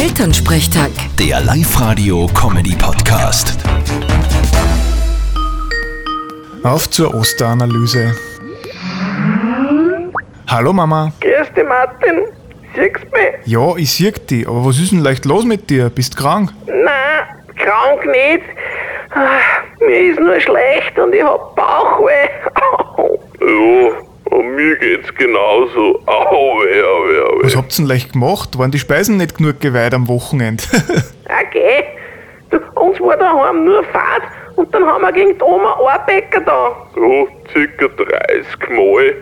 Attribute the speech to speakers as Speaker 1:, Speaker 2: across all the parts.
Speaker 1: Elternsprechtag.
Speaker 2: Der Live-Radio-Comedy-Podcast.
Speaker 3: Auf zur Osteranalyse. Hallo Mama.
Speaker 4: Grüß dich, Martin. Siehst du mich?
Speaker 3: Ja, ich sieg dich, aber was ist denn leicht los mit dir? Bist krank?
Speaker 4: Nein, krank nicht. Ah, Mir ist nur schlecht und ich hab Bauchweh. Au.
Speaker 5: Ja, und mir geht's genauso. Au, weh, au, weh, au, weh.
Speaker 3: Was habt ihr denn leicht gemacht? Waren die Speisen nicht genug geweiht am Wochenende?
Speaker 4: Okay. Ah, Du, uns war daheim nur Fahrt und dann haben wir gegen die Oma Arbecker da.
Speaker 5: Ja, circa 30 Mal.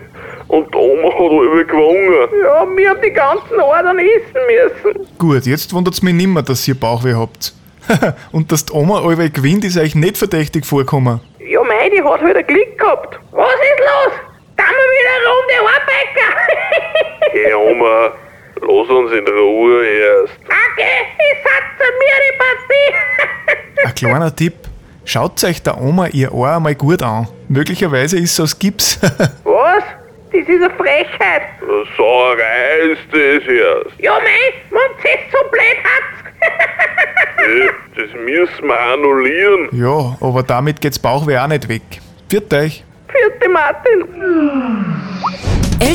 Speaker 5: Und die Oma hat alle gewonnen.
Speaker 4: Ja, wir haben die ganzen Adern essen müssen.
Speaker 3: Gut, jetzt wundert's mich nimmer, dass ihr Bauchweh habt. Und dass die Oma allweil gewinnt, ist euch nicht verdächtig vorgekommen.
Speaker 4: Ja, mei, die hat halt ein Glück gehabt. Was ist los? Dann wir wieder rum, die Arbecker.
Speaker 5: Hey Oma, lass uns in Ruhe erst.
Speaker 4: okay, ich satze mir die Partie.
Speaker 3: Ein kleiner Tipp. Schaut euch der Oma ihr Ohr einmal gut an. Möglicherweise ist es aus Gips.
Speaker 4: Was? Das ist eine Frechheit.
Speaker 5: Sauerei ist das erst.
Speaker 4: Ja, mei, wenn es so blöd hat.
Speaker 5: Hey, das müssen wir annullieren.
Speaker 3: ja, aber damit geht's Bauchweh auch nicht weg. Viert euch.
Speaker 4: Vierte Martin.